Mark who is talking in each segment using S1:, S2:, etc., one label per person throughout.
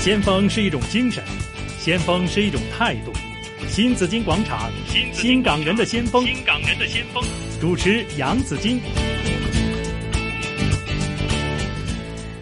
S1: 先锋是一种精神，先锋是一种态度。新紫金广场，新港人的先锋，
S2: 新港人的先锋。
S1: 主持杨紫金。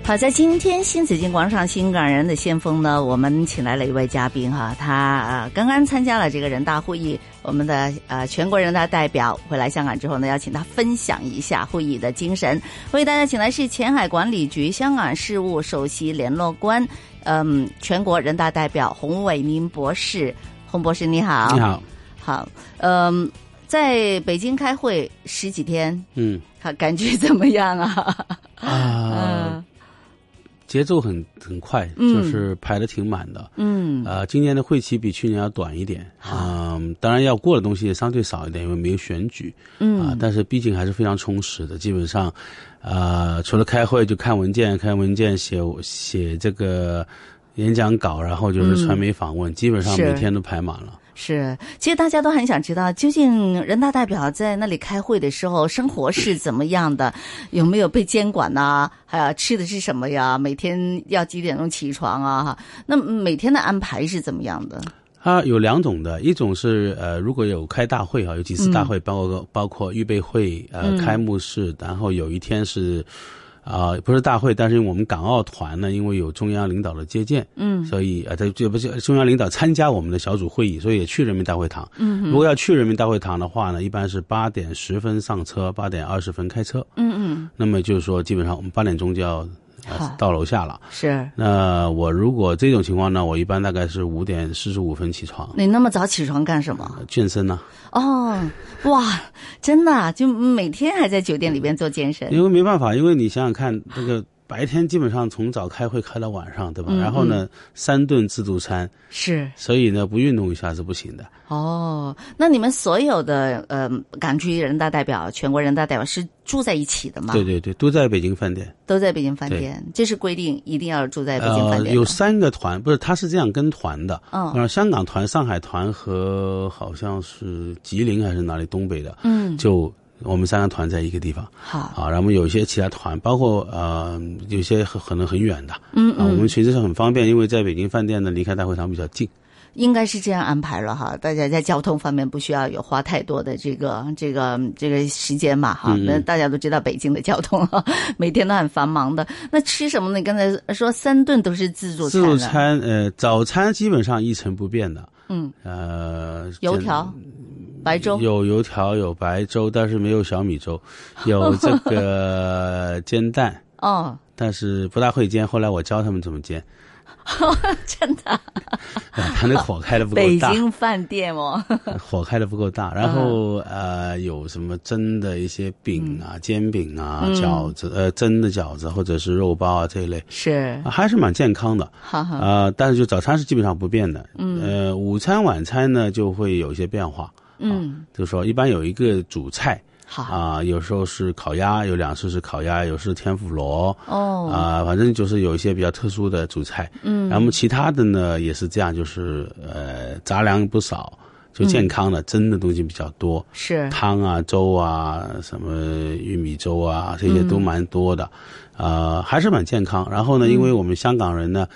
S3: 好，在今天新紫金广场新港人的先锋呢，我们请来了一位嘉宾哈，他呃刚刚参加了这个人大会议，我们的呃全国人大代表回来香港之后呢，要请他分享一下会议的精神。为大家请来是前海管理局香港事务首席联络官，嗯，全国人大代表洪伟民博士。洪博士你好，
S4: 你好，
S3: 好，嗯，在北京开会十几天，
S4: 嗯
S3: 好，感觉怎么样啊？
S4: 啊，
S3: 嗯
S4: 节奏很很快，
S3: 嗯
S4: 就是排的挺满的。
S3: 嗯
S4: 呃，今年的会期比去年要短一点啊、当然要过的东西也相对少一点，因为没有选举啊、
S3: 嗯，
S4: 但是毕竟还是非常充实的，基本上，呃，除了开会就看文件，看文件写写这个演讲稿，然后就是传媒访问，基本上
S3: 嗯是
S4: 每天都排满了。
S3: 是，其实大家都很想知道，究竟人大代表在那里开会的时候，生活是怎么样的，有没有被监管呐、还有吃的是什么呀？每天要几点钟起床啊？哈，那每天的安排是怎么样的？
S4: 它有两种的，一种是呃，如果有开大会啊，有几次大会，包括包括预备会、呃、
S3: 嗯
S4: 开幕式，然后有一天是啊、不是大会，但是我们港澳团呢，因为有中央领导的接见，
S3: 嗯
S4: 所以啊，这、这不是中央领导参加我们的小组会议，所以也去人民大会堂。嗯，如果要去人民大会堂的话呢，一般是八点十分上车，八点二十分开车。
S3: 嗯嗯，
S4: 那么就是说，基本上我们八点钟就要、
S3: 好
S4: 呃、到楼下了。
S3: 是
S4: 那我如果这种情况呢，我一般大概是五点四十五分起床。
S3: 你那么早起床干什么？
S4: 健身呢、
S3: 哦，哇，真的啊、就每天还在酒店里边做健身。
S4: 因为没办法，因为你想想看，这个白天基本上从早开会开到晚上，对吧？
S3: 嗯
S4: 然后呢，三顿自助餐，
S3: 是
S4: 所以呢，不运动一下是不行的。
S3: 哦，那你们所有的呃港区人大代表、全国人大代表是住在一起的吗？
S4: 对对对，都在北京饭店。
S3: 都在北京饭店，这是规定，一定要住在北京饭
S4: 呃，
S3: 店的。
S4: 有三个团，不是，他是这样跟团的。
S3: 嗯
S4: 呃，香港团、上海团和好像是吉林还是哪里东北的，
S3: 嗯，
S4: 就我们三个团在一个地方
S3: 好，
S4: 啊。然后有一些其他团，包括呃，有些很可能很远的啊。
S3: 嗯
S4: 我们
S3: 嗯，
S4: 其实是很方便，因为在北京饭店呢，离开大会堂比较近。
S3: 应该是这样安排了哈。大家在交通方面不需要有花太多的这个这个这个时间嘛哈。
S4: 嗯嗯
S3: 那大家都知道北京的交通哈， 每天都很繁忙的。那吃什么呢？你刚才说三顿都是自助餐
S4: 自助
S3: 了，
S4: 餐，呃，早餐基本上一成不变的，
S3: 嗯，
S4: 呃，
S3: 油
S4: 简
S3: 条、白粥，
S4: 有油条，有白粥，但是没有小米粥，有这个煎蛋，
S3: 哦，
S4: 但是不大会煎。后来我教他们怎么煎，
S3: 真的，
S4: 呃他那火开的不够
S3: 北
S4: 大，
S3: 京嗯饭店哦，
S4: 火开的不够大。然后呃，有什么蒸的一些饼啊、煎饼啊、
S3: 嗯
S4: 饺子，呃，蒸的饺子或者是肉包啊这一类，
S3: 是
S4: 啊，还是蛮健康的。
S3: 哈哈，
S4: 啊、但是就早餐是基本上不变的。嗯，呃，午餐、晚餐呢就会有一些变化。
S3: 嗯，
S4: 就是说，一般有一个主菜
S3: 好
S4: 啊、有时候是烤鸭，有两次是烤鸭，有时是天妇罗啊、
S3: 哦，
S4: 反正就是有一些比较特殊的主菜。
S3: 嗯，
S4: 然后其他的呢也是这样，就是呃杂粮不少，就健康的、蒸的东西比较多，
S3: 是
S4: 汤啊、粥啊、什么玉米粥啊，这些都蛮多的，呃，还是蛮健康。然后呢，因为我们香港人呢，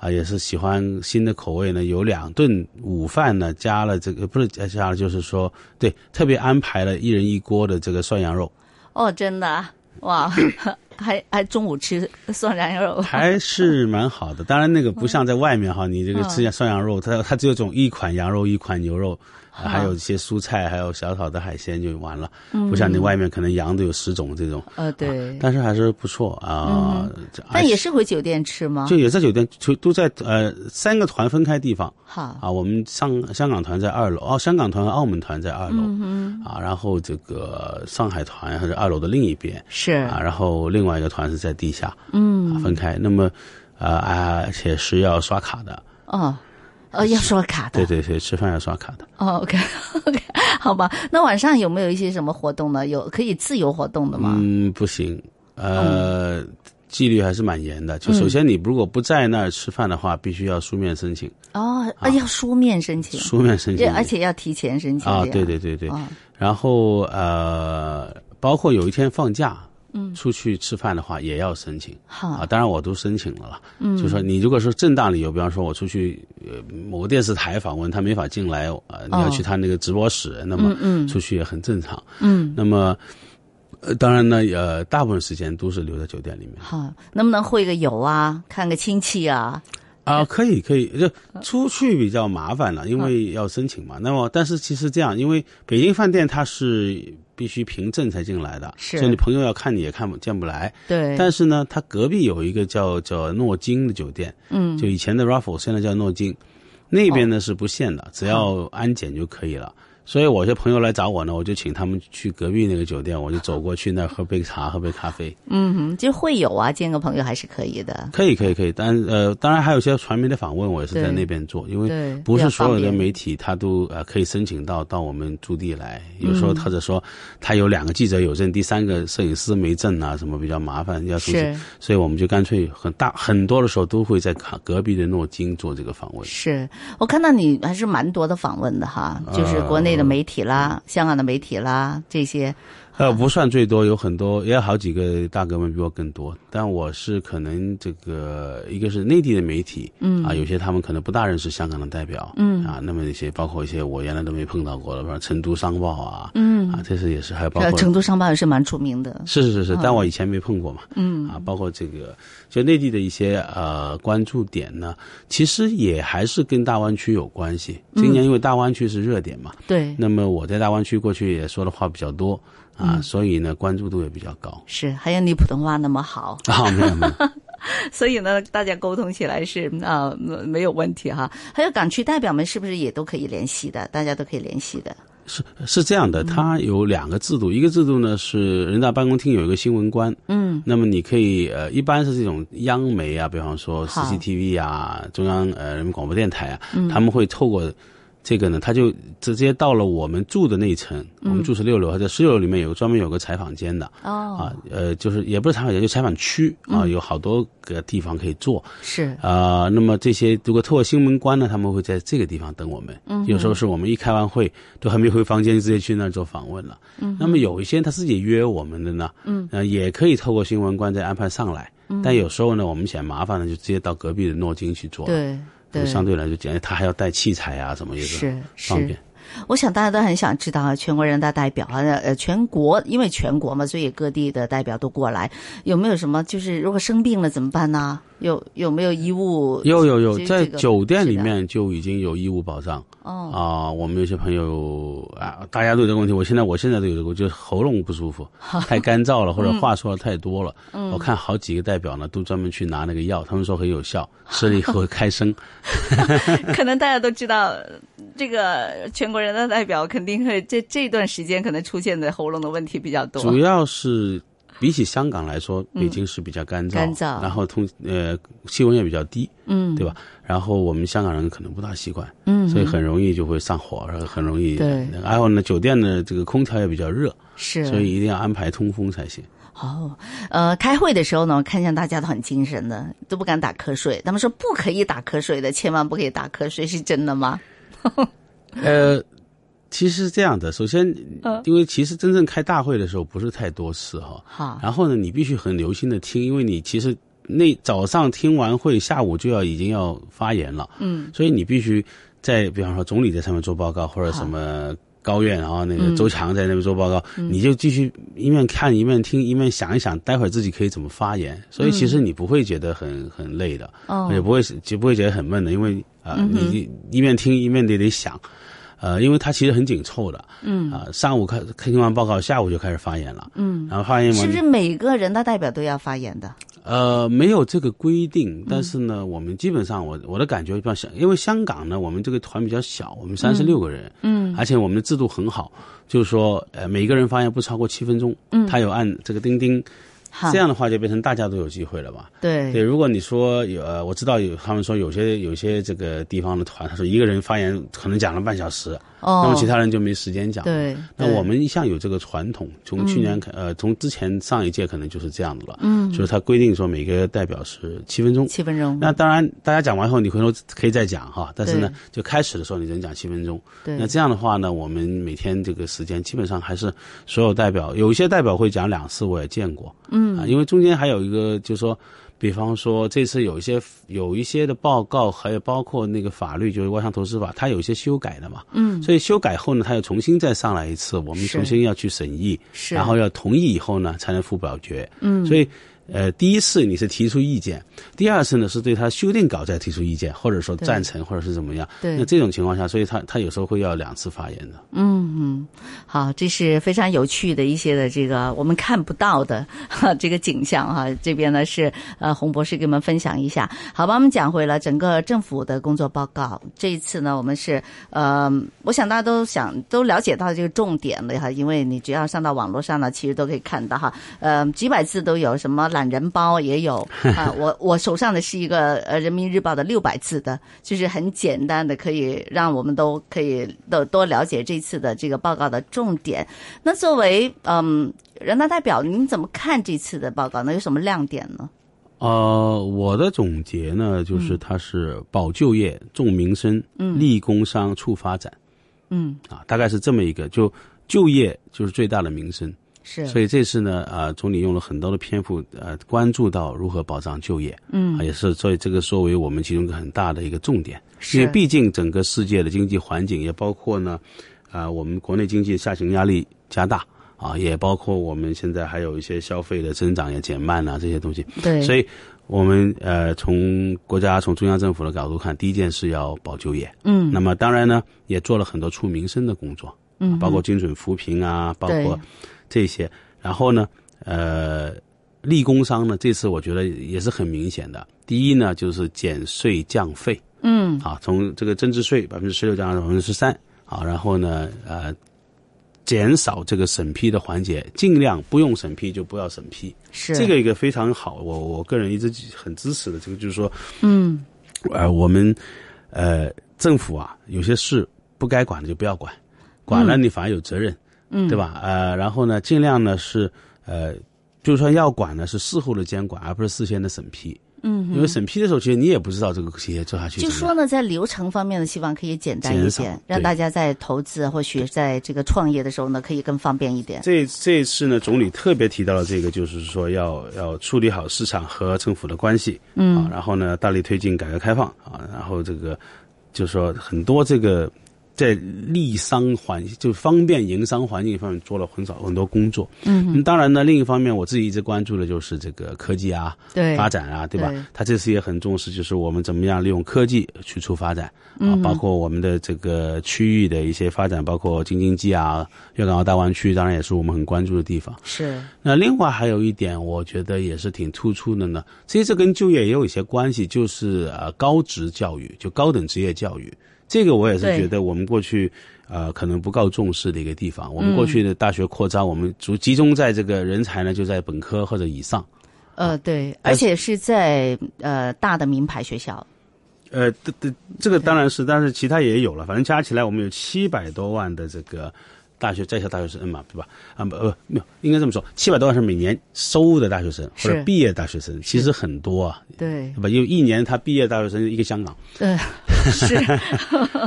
S4: 啊、也是喜欢新的口味呢，有两顿午饭呢加了这个不是呃加了，就是说对，特别安排了一人一锅的这个涮羊肉，
S3: 哦，真的啊哇， 还还中午吃涮羊肉，
S4: 还是蛮好的。当然那个不像在外面哈，你这个吃涮羊肉，它它只有种一款羊肉，一款牛肉。啊还有一些蔬菜，还有小草的海鲜就完了，不像你外面可能羊都有十种这种，
S3: 呃，对，
S4: 但是还是不错啊。这
S3: 嗯但也是回酒店吃吗？
S4: 就也在酒店，就都在呃三个团分开地方
S3: 好，
S4: 啊。我们上香港团在二楼，哦，香港团和澳门团在二楼、
S3: 嗯
S4: 啊，然后这个上海团还是二楼的另一边
S3: 是
S4: 啊，然后另外一个团是在地下，嗯、分开。那么呃，而且是要刷卡的，
S3: 哦。哦，要刷卡的，
S4: 对对对，吃饭要刷卡的。
S3: 哦，OK OK，好吧。那晚上有没有一些什么活动呢？有可以自由活动的吗？
S4: 嗯，不行，呃。纪律还是蛮严的，就
S3: 嗯
S4: 首先你如果不在那儿吃饭的话，必须要书面申请，
S3: 哦，啊，要书面申请，
S4: 书面申请
S3: 对，，而且要提前申请
S4: 啊，
S3: 这样
S4: 对对对对，
S3: 哦
S4: 然后呃，包括有一天放假，
S3: 嗯
S4: 出去吃饭的话也要申请啊。
S3: 好，
S4: 当然我都申请了啦，
S3: 嗯，
S4: 就说你如果说正当理由，比方说我出去呃某个电视台访问，他没法进来，呃，你要去他那个直播室，那么
S3: 嗯哦嗯
S4: 出去也很正常。
S3: 嗯，
S4: 那么，呃，当然呢，呃，大部分时间都是留在酒店里面
S3: 好，能不能会个友啊，看个亲戚啊？
S4: 啊，可以可以，就
S3: 嗯
S4: 出去比较麻烦了，因为要申请嘛。那么，但是其实这样，因为北京饭店它是必须凭证才进来的，
S3: 是
S4: 所以你朋友要看你也看不见不来。
S3: 对，
S4: 但是呢，它隔壁有一个叫叫诺金的酒店，
S3: 嗯哦
S4: 就以前的 Raffles，现在叫诺金，那边呢是不限的，只要安检就可以了。所以我这朋友来找我呢，我就请他们去隔壁那个酒店，我就走过去那儿喝杯茶，喝杯咖啡。
S3: 嗯哼，就会友啊，见个朋友还是可以的。
S4: 可以，可以，可以。但呃，当然还有一些传媒的访问，我也是在
S3: 对
S4: 那边做，因为
S3: 对，
S4: 不
S3: 比较
S4: 是所有
S3: 方
S4: 的
S3: 便
S4: 媒体他都呃可以申请到到我们驻地来，有时候或者说他有两个记者有证，第三个摄影师没证啊，什么比较麻烦要出去，
S3: 是
S4: 所以我们就干脆很大很多的时候都会在隔隔壁的诺金做这个访问。
S3: 是，我看到你还是蛮多的访问的哈，就是国内的媒体啦、香港的媒体啦这些。
S4: 呃，不算最多，有很多，也有好几个大哥们比我更多，但我是可能这个一个是内地的媒体，嗯啊，有些他们可能不大认识香港的代表，嗯啊，那么一些包括一些我原来都没碰到过的，比如成都商报啊，嗯啊，这是也是还包
S3: 呃，
S4: 括
S3: 成都商报也是蛮著名的。
S4: 是是是是，但我以前没碰过嘛。嗯啊，包括这个，就内地的一些呃关注点呢，其实也还是跟大湾区有关系。今年因为大湾区是热点嘛，
S3: 对，
S4: 那么我在大湾区过去也说的话比较多啊，所以呢关注度也比较高。
S3: 是，还有你普通话那么好，
S4: 啊，没有没有，
S3: 所以呢，大家沟通起来是啊、没没有问题哈。还有港区代表们是不是也都可以联系的？大家都可以联系的。
S4: 是是这样的，它有两个制度，一个制度呢是人大办公厅有一个新闻官，
S3: 嗯，
S4: 那么你可以呃，一般是这种央媒啊，比方说
S3: 好嗯
S4: CCTV 啊、中央呃人民广播电台啊，他们会透过这个呢，他就直接到了我们住的那一层，
S3: 嗯
S4: 我们住十六楼，它在十六楼里面有专门有个采访间的
S3: 哦，嗯
S4: 啊，呃，就是也不是采访间，就采访区啊，有好多个地方可以做。
S3: 是，
S4: 啊，那么这些如果透过新闻官呢，他们会在这个地方等我们。嗯，有时候是我们一开完会都还没回房间，直接去那儿做访问了。嗯，那么有一些他自己约我们的呢，嗯，呃，也可以透过新闻官再安排上来。嗯，但有时候呢，我们嫌麻烦呢，就直接到隔壁的诺金去做。，
S3: 对对，
S4: 相对来说简单，他还要带器材啊什么也
S3: 是
S4: 方
S3: 是
S4: 便。。
S3: 我想大家都很想知道啊，全国人大代表啊，呃，全国因为全国嘛，所以各地的代表都过来，有没有什么就是如果生病了怎么办呢？有有没有医务？
S4: 有有有
S3: 这，
S4: 在
S3: 这个
S4: 酒店
S3: 是
S4: 里
S3: 的
S4: 面就已经有医务保障。
S3: 哦，
S4: 啊、我们有些朋友啊，大家都有这个问题。我现在我现在都有这个，就是喉咙不舒服，太干燥了，或 者话说的太多了。
S3: 嗯
S4: 我看好几个代表呢，都专门去拿那个药，他们说很 有效，吃了以后会开声。
S3: 可能大家都知道，呃这个全国人大代表肯定会这这段时间可能出现的喉咙的问题比较多。
S4: 主要是比起香港来说，北京是比较干燥，
S3: 嗯干燥
S4: 然后通呃气温也比较低，
S3: 嗯，
S4: 对吧？然后我们香港人可能不大习惯，
S3: 嗯，
S4: 所以很容易就会上火，然后很容易。
S3: 对
S4: 然后呢，酒店的这个空调也比较热，
S3: 是，
S4: 所以一定要安排通风才行。
S3: 哦，呃，开会的时候呢，我看见大家都很精神的，都不敢打瞌睡。他们说不可以打瞌睡的，千万不可以打瞌睡，是真的吗？
S4: 呃，其实是这样的，首先
S3: 嗯，
S4: 因为其实真正开大会的时候不是太多次哈，
S3: 好，
S4: 然后呢，你必须很留心的听，因为你其实那早上听完会，下午就要已经要发言了，
S3: 嗯，
S4: 所以你必须在比方说总理在上面做报告或者
S3: 好嗯
S4: 什么。高院，然后那个周强在那边做报告，你就继续一面看一面听一面想一想，待会儿自己可以怎么发言。所以
S3: 嗯
S4: 其实你不会觉得很很累的，
S3: 哦，
S4: 也不会就不会觉得很闷的，因为啊、呃你一面听一面得得想，呃，因为它其实很紧凑的，嗯啊、上午开听完报告，下午就开始发言了，嗯，然后发言完
S3: 是不是每个人大代表都要发言的？
S4: 呃，没有这个规定，但是呢，我们基本上我我的感觉，比较像，因为香港呢，我们这个团比较小，我们三十六个人，嗯，而且我们的制度很好，就是说，呃，每个人发言不超过七分钟，嗯，他有按这个钉钉，
S3: 哈
S4: 这样的话就变成大家都有机会了吧？对，
S3: 对，
S4: 如果你说有，呃，我知道有他们说有些有些这个地方的团，他说一个人发言可能讲了半小时，
S3: 哦
S4: 那么其他人就没时间讲。
S3: 对，
S4: 那
S3: 对
S4: 我们一向有这个传统，从去年开、呃，从之前上一届可能就是这样子了，
S3: 嗯
S4: 就是他规定说每个代表是七分钟。
S3: 七分钟，
S4: 那当然，大家讲完后你回头可以再讲哈，但是呢
S3: 对，
S4: 就开始的时候你只能讲七分钟。
S3: 对
S4: 那这样的话呢，我们每天这个时间基本上还是所有代表，有一些代表会讲两次，我也见过，嗯啊，因为中间还有一个就是说，比方说这次有一些有一些的报告，还有包括那个法律，就是外商投资法，它有一些修改的嘛，嗯，所以修改后呢，它又重新再上来一次，我们
S3: 是
S4: 重新要去审议，
S3: 是，
S4: 然后要同意以后呢，才能付表决。嗯，所以呃，第一次你是提出意见，第二次呢是对他修订稿再提出意见，或者说
S3: 对
S4: 赞成，或者是怎么样。
S3: 对
S4: 那这种情况下，所以他他有时候会要两次发言的。
S3: 嗯嗯，好，这是非常有趣的一些的这个我们看不到的 哈这个景象哈。这边呢是呃洪博士给我们分享一下。好吧，我们讲回了整个政府的工作报告。这一次呢，我们是呃，我想大家都想都了解到这个重点了哈，因为你只要上到网络上呢，其实都可以看到哈，呃，几百字都有，什么懒人包也有啊。我我手上的是一个呃《人民日报》的六百字的，就是很简单的，可以让我们都可以都多了解这次的这个报告的重点。那作为嗯人大代表，您怎么看这次的报告呢？有什么亮点呢？嗯
S4: 呃，我的总结呢，就是它是保就业、重民生、利工商、促发展
S3: 嗯，
S4: 啊，大概是这么一个。就就业就是最大的民生，
S3: 是，
S4: 所以这次呢，啊，总理用了很多的篇幅，呃，关注到如何保障就业，
S3: 嗯
S4: 啊，也是所以这个作为我们其中一个很大的一个重点，
S3: 是
S4: 因为毕竟整个世界的经济环境也包括呢，啊，我们国内经济下行压力加大啊，也包括我们现在还有一些消费的增长也减慢啊这些东西，
S3: 对，
S4: 所
S3: 以
S4: 以我们呃从国家从中央政府的角度看，第一件事要保就业，
S3: 嗯，
S4: 那么当然呢也做了很多促民生的工作，
S3: 嗯，
S4: 包括精准扶贫啊，包
S3: 对
S4: 括这些。然后呢，呃，利工商呢，这次我觉得也是很明显的。第一呢，就是减税降费
S3: 嗯
S4: 啊，从这个增值税百分之十六降到百分之十三啊，然后呢，呃，减少这个审批的环节，尽量不用审批就不要审批。
S3: 是
S4: 这个一个非常好，我我个人一直很支持的，这个就是说，
S3: 嗯
S4: 呃，我们呃政府啊，有些事不该管的就不要管，管了你反而有责任，
S3: 嗯
S4: 对吧？呃，然后呢，尽量呢是呃，就算要管呢，是事后的监管，而不是事先的审批。
S3: 嗯哼，
S4: 因为审批的时候，其实你也不知道这个企业做下去
S3: 就
S4: 怎么
S3: 说
S4: 样。
S3: 呢，在流程方面呢，希望可以简单一
S4: 减少
S3: 点
S4: 对，
S3: 让大家在投资或许在这个创业的时候呢，可以更方便一点。
S4: 这这次呢，总理特别提到了这个，就是说要要处理好市场和政府的关系，嗯，啊，然后呢，大力推进改革开放啊，然后这个就是说很多这个在利商环，就方便营商环境方面做了很少很多工作，
S3: 嗯
S4: 嗯，当然呢，另一方面我自己一直关注的就是这个科技啊，
S3: 对
S4: 发展啊，对吧
S3: 对？
S4: 他这次也很重视，就是我们怎么样利用科技去促发展
S3: 嗯
S4: 啊，包括我们的这个区域的一些发展，包括京津冀啊、粤港澳大湾区，当然也是我们很关注的地方。
S3: 是，
S4: 那另外还有一点，我觉得也是挺突出的呢。其实这跟就业也有一些关系，就是呃高职教育，就高等职业教育。这个我也是
S3: 对
S4: 觉得我们过去呃可能不够重视的一个地方。我
S3: 嗯
S4: 们过去的大学扩招，我们主集中在这个人才呢就在本科或者以上。
S3: 呃，对，而且是在呃大的名牌学校，
S4: 呃，这这这个当然是，但是其他也有了，反正加起来我们有七百多万的这个大学在校大学生嘛，对吧？啊不呃没有，应该这么说，七百多万是每年收的大学生
S3: 是
S4: 或者毕业大学生，其实很多啊，
S3: 对
S4: 对，吧？因为一年他毕业大学生一个香港，
S3: 对，呃 是，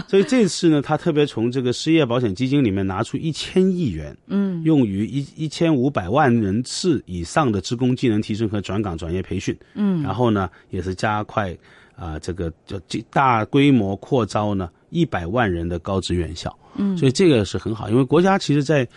S4: 所以这次呢，他特别从这个失业保险基金里面拿出一千亿元，嗯，用于一一千五百万人次以上的职工技能提升和转岗转业培训，嗯，然后呢，也是加快啊、这个就这大规模扩招呢一百万人的高职院校，嗯，所以这个是很好，因为国家其实在。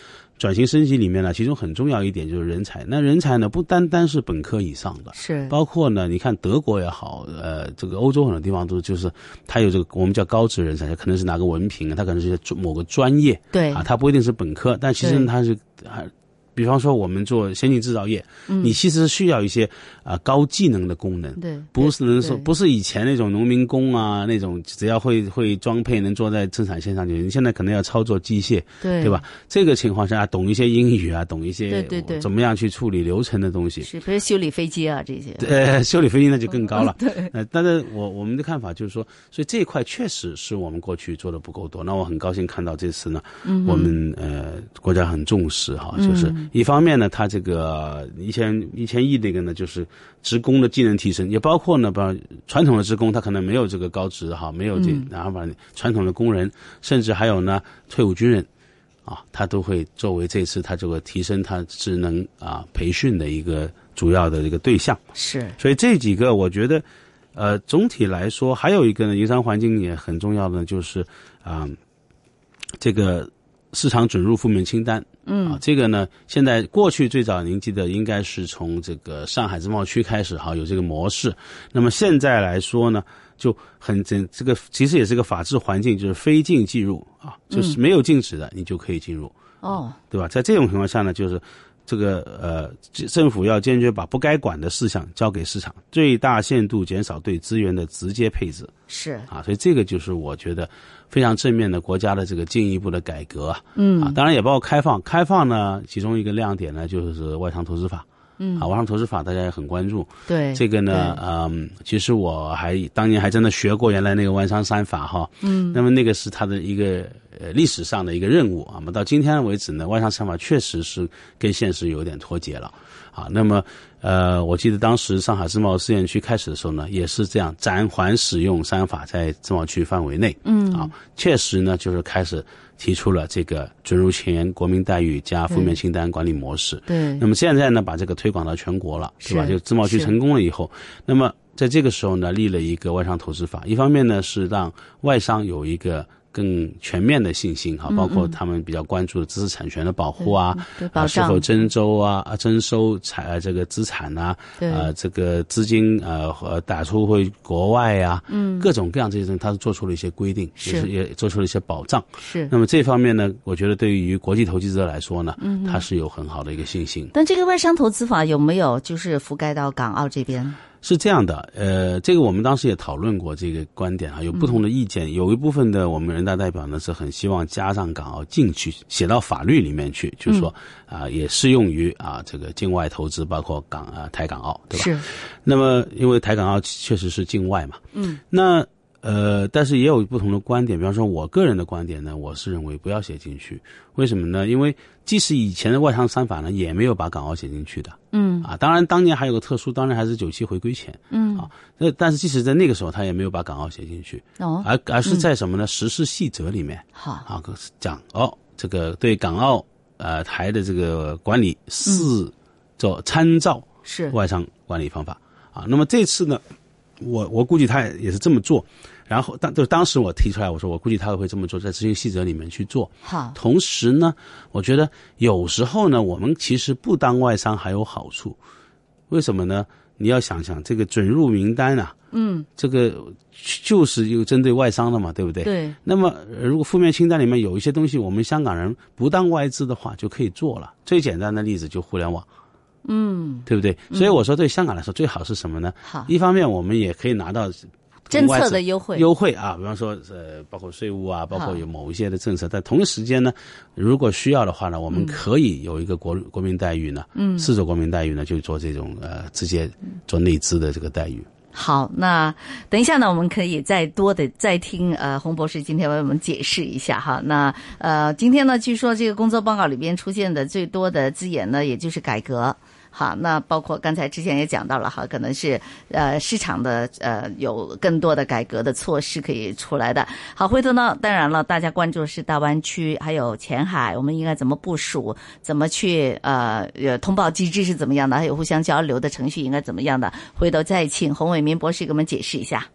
S4: 转型升级里面呢，其中很重要一点就是人才。那人才呢，不单单是本科以上的，
S3: 是，
S4: 包括呢，你看德国也好，呃，这个欧洲很多地方都就是他有这个我们叫高职人才，啊可能是拿个文凭，他可能是某个专业啊
S3: 对
S4: 啊，他不一定是本科，但其实
S3: 对
S4: 呢他是还比方说我们做先进制造业，你其实需要一些啊、呃高技能的功能，
S3: 嗯对，
S4: 不是能说
S3: 对
S4: 不是以前那种农民工啊那种只要会会装配能坐在生产线上就行，你现在可能要操作机械，
S3: 对
S4: 对吧？？这个情况下，懂一些英语啊，懂一些
S3: 对对对
S4: 怎么样去处理流程的东西。
S3: 是，比如修理飞机啊这些，
S4: 呃， 修理飞机那就更高了。
S3: 对，
S4: 呃，但是我我们的看法就是说，所以这一块确实是我们过去做的不够多。那我很高兴看到这次呢，
S3: 嗯
S4: 我们呃国家很重视哈，就是一方面呢，它这个呃一千一千亿那个呢，就是职工的技能提升，也包括呢，把传统的职工他可能没有这个高职哈，没有这，
S3: 嗯
S4: 然后把传统的工人，甚至还有呢退伍军人。啊，他都会作为这次他这个提升他职能啊培训的一个主要的一个对象。
S3: 是，
S4: 所以这几个我觉得，呃，总体来说还有一个呢，营商环境也很重要的呢，就是啊、这个市场准入负面清单。嗯，啊，这个呢，现在过去最早您记得应该是从这个上海自贸区开始哈，有这个模式。那么现在来说呢，就很这这个其实也是个法治环境，就是非禁即入啊，就是没有禁止的，你就可以进入。
S3: 哦，
S4: 对吧？在这种情况下呢，就是这个呃，这政府要坚决把不该管的事项交给市场，最大限度减少对资源的直接配置
S3: 是，
S4: 啊。所以这个就是我觉得非常正面的国家的这个进一步的改革啊。
S3: 嗯
S4: 啊，当然也包括开放。开放呢，其中一个亮点呢就是外商投资法。
S3: 嗯
S4: 啊，外商投资法大家也很关注。
S3: 对，
S4: 这个呢，嗯，其实我还当年还真的学过原来那个万商三法哈，嗯，那么那个是它的一个呃历史上的一个任务啊。那么到今天为止呢，万商三法确实是跟现实有点脱节了啊。那么呃，我记得当时上海自贸试验区开始的时候呢，也是这样暂缓使用三法在自贸区范围内，嗯啊，确实呢就是开始提出了这个准入前国民待遇加负面清单管理模式，
S3: 对，
S4: 那么现在呢，把这个推广到全国了，
S3: 嗯是
S4: 对吧？就自贸区
S3: 是
S4: 成功了以后，那么在这个时候呢，立了一个外商投资法，一方面呢是让外商有一个更全面的信心
S3: 嗯
S4: 哈，包括他们比较关注的知识产权的保护啊，
S3: 对，嗯
S4: 啊
S3: 保
S4: 是
S3: 障
S4: 否，征收啊、啊征收财呃这个资产啊，
S3: 对，
S4: 呃这个资金呃和打出回国外呀，嗯，各种各样这些东西，它是做出了一些规定，
S3: 是
S4: 也是也做出了一些保障。
S3: 是。
S4: 那么这方面呢，我觉得对于国际投资者来说呢，嗯，它是有很好的一个信心。
S3: 但这个外商投资法有没有就是覆盖到港澳这边？
S4: 是这样的，呃，这个我们当时也讨论过这个观点啊，有不同的意见。有一部分的我们人大代表呢是很希望加上港澳进去，写到法律里面去，就是说啊、也适用于啊这个境外投资，包括港啊、台港澳，对吧？啊
S3: 是，
S4: 那么，因为台港澳确实是境外嘛，嗯，那呃，但是也有不同的观点。比方说，我个人的观点呢，我是认为不要写进去。为什么呢？因为即使以前的外商三法呢，也没有把港澳写进去的，嗯啊，当然当年还有个特殊，当然还是九七回归前，嗯啊，那但是即使在那个时候，他也没有把港澳写进去，
S3: 哦，
S4: 而而是在什么呢？实施细则里面
S3: 好，
S4: 啊讲哦，这个对港澳呃台的这个管理是做参照。
S3: 是，
S4: 外商管理方法啊。那么这次呢，我我估计他也是这么做。然后当就当时我提出来，我说我估计他会这么做，在执行细则里面去做。
S3: 好，
S4: 同时呢，我觉得有时候呢，我们其实不当外商还有好处，为什么呢？你要想想这个准入名单啊，嗯，这个就是有针对外商的嘛，对不对？
S3: 对，
S4: 那么，呃如果负面清单里面有一些东西，我们香港人不当外资的话，就可以做了。最简单的例子就互联网，嗯，啊对不对？所以我说，对香港来说，最好是什么呢？
S3: 好，
S4: 一方面，我们也可以拿到
S3: 政
S4: 外
S3: 策
S4: 资
S3: 的优惠，
S4: 优惠啊，比方说呃，包括税务啊，包
S3: 好
S4: 括有某一些的政策。但同一时间呢，如果需要的话呢，我们可以有一个国国民待遇呢，嗯，四种国民待遇呢，就做这种呃，直接做内资的这个待遇。
S3: 好，那等一下呢，我们可以再多的再听呃洪博士今天为我们解释一下哈。那呃，今天呢，据说这个工作报告里边出现的最多的字眼呢，也就是改革。好，那包括刚才之前也讲到了哈，可能是呃市场的呃有更多的改革的措施可以出来的。好，回头呢，当然了，大家关注的是大湾区还有前海，我们应该怎么部署，怎么去呃呃通报机制是怎么样的，还有互相交流的程序应该怎么样的，回头再请洪伟民博士给我们解释一下。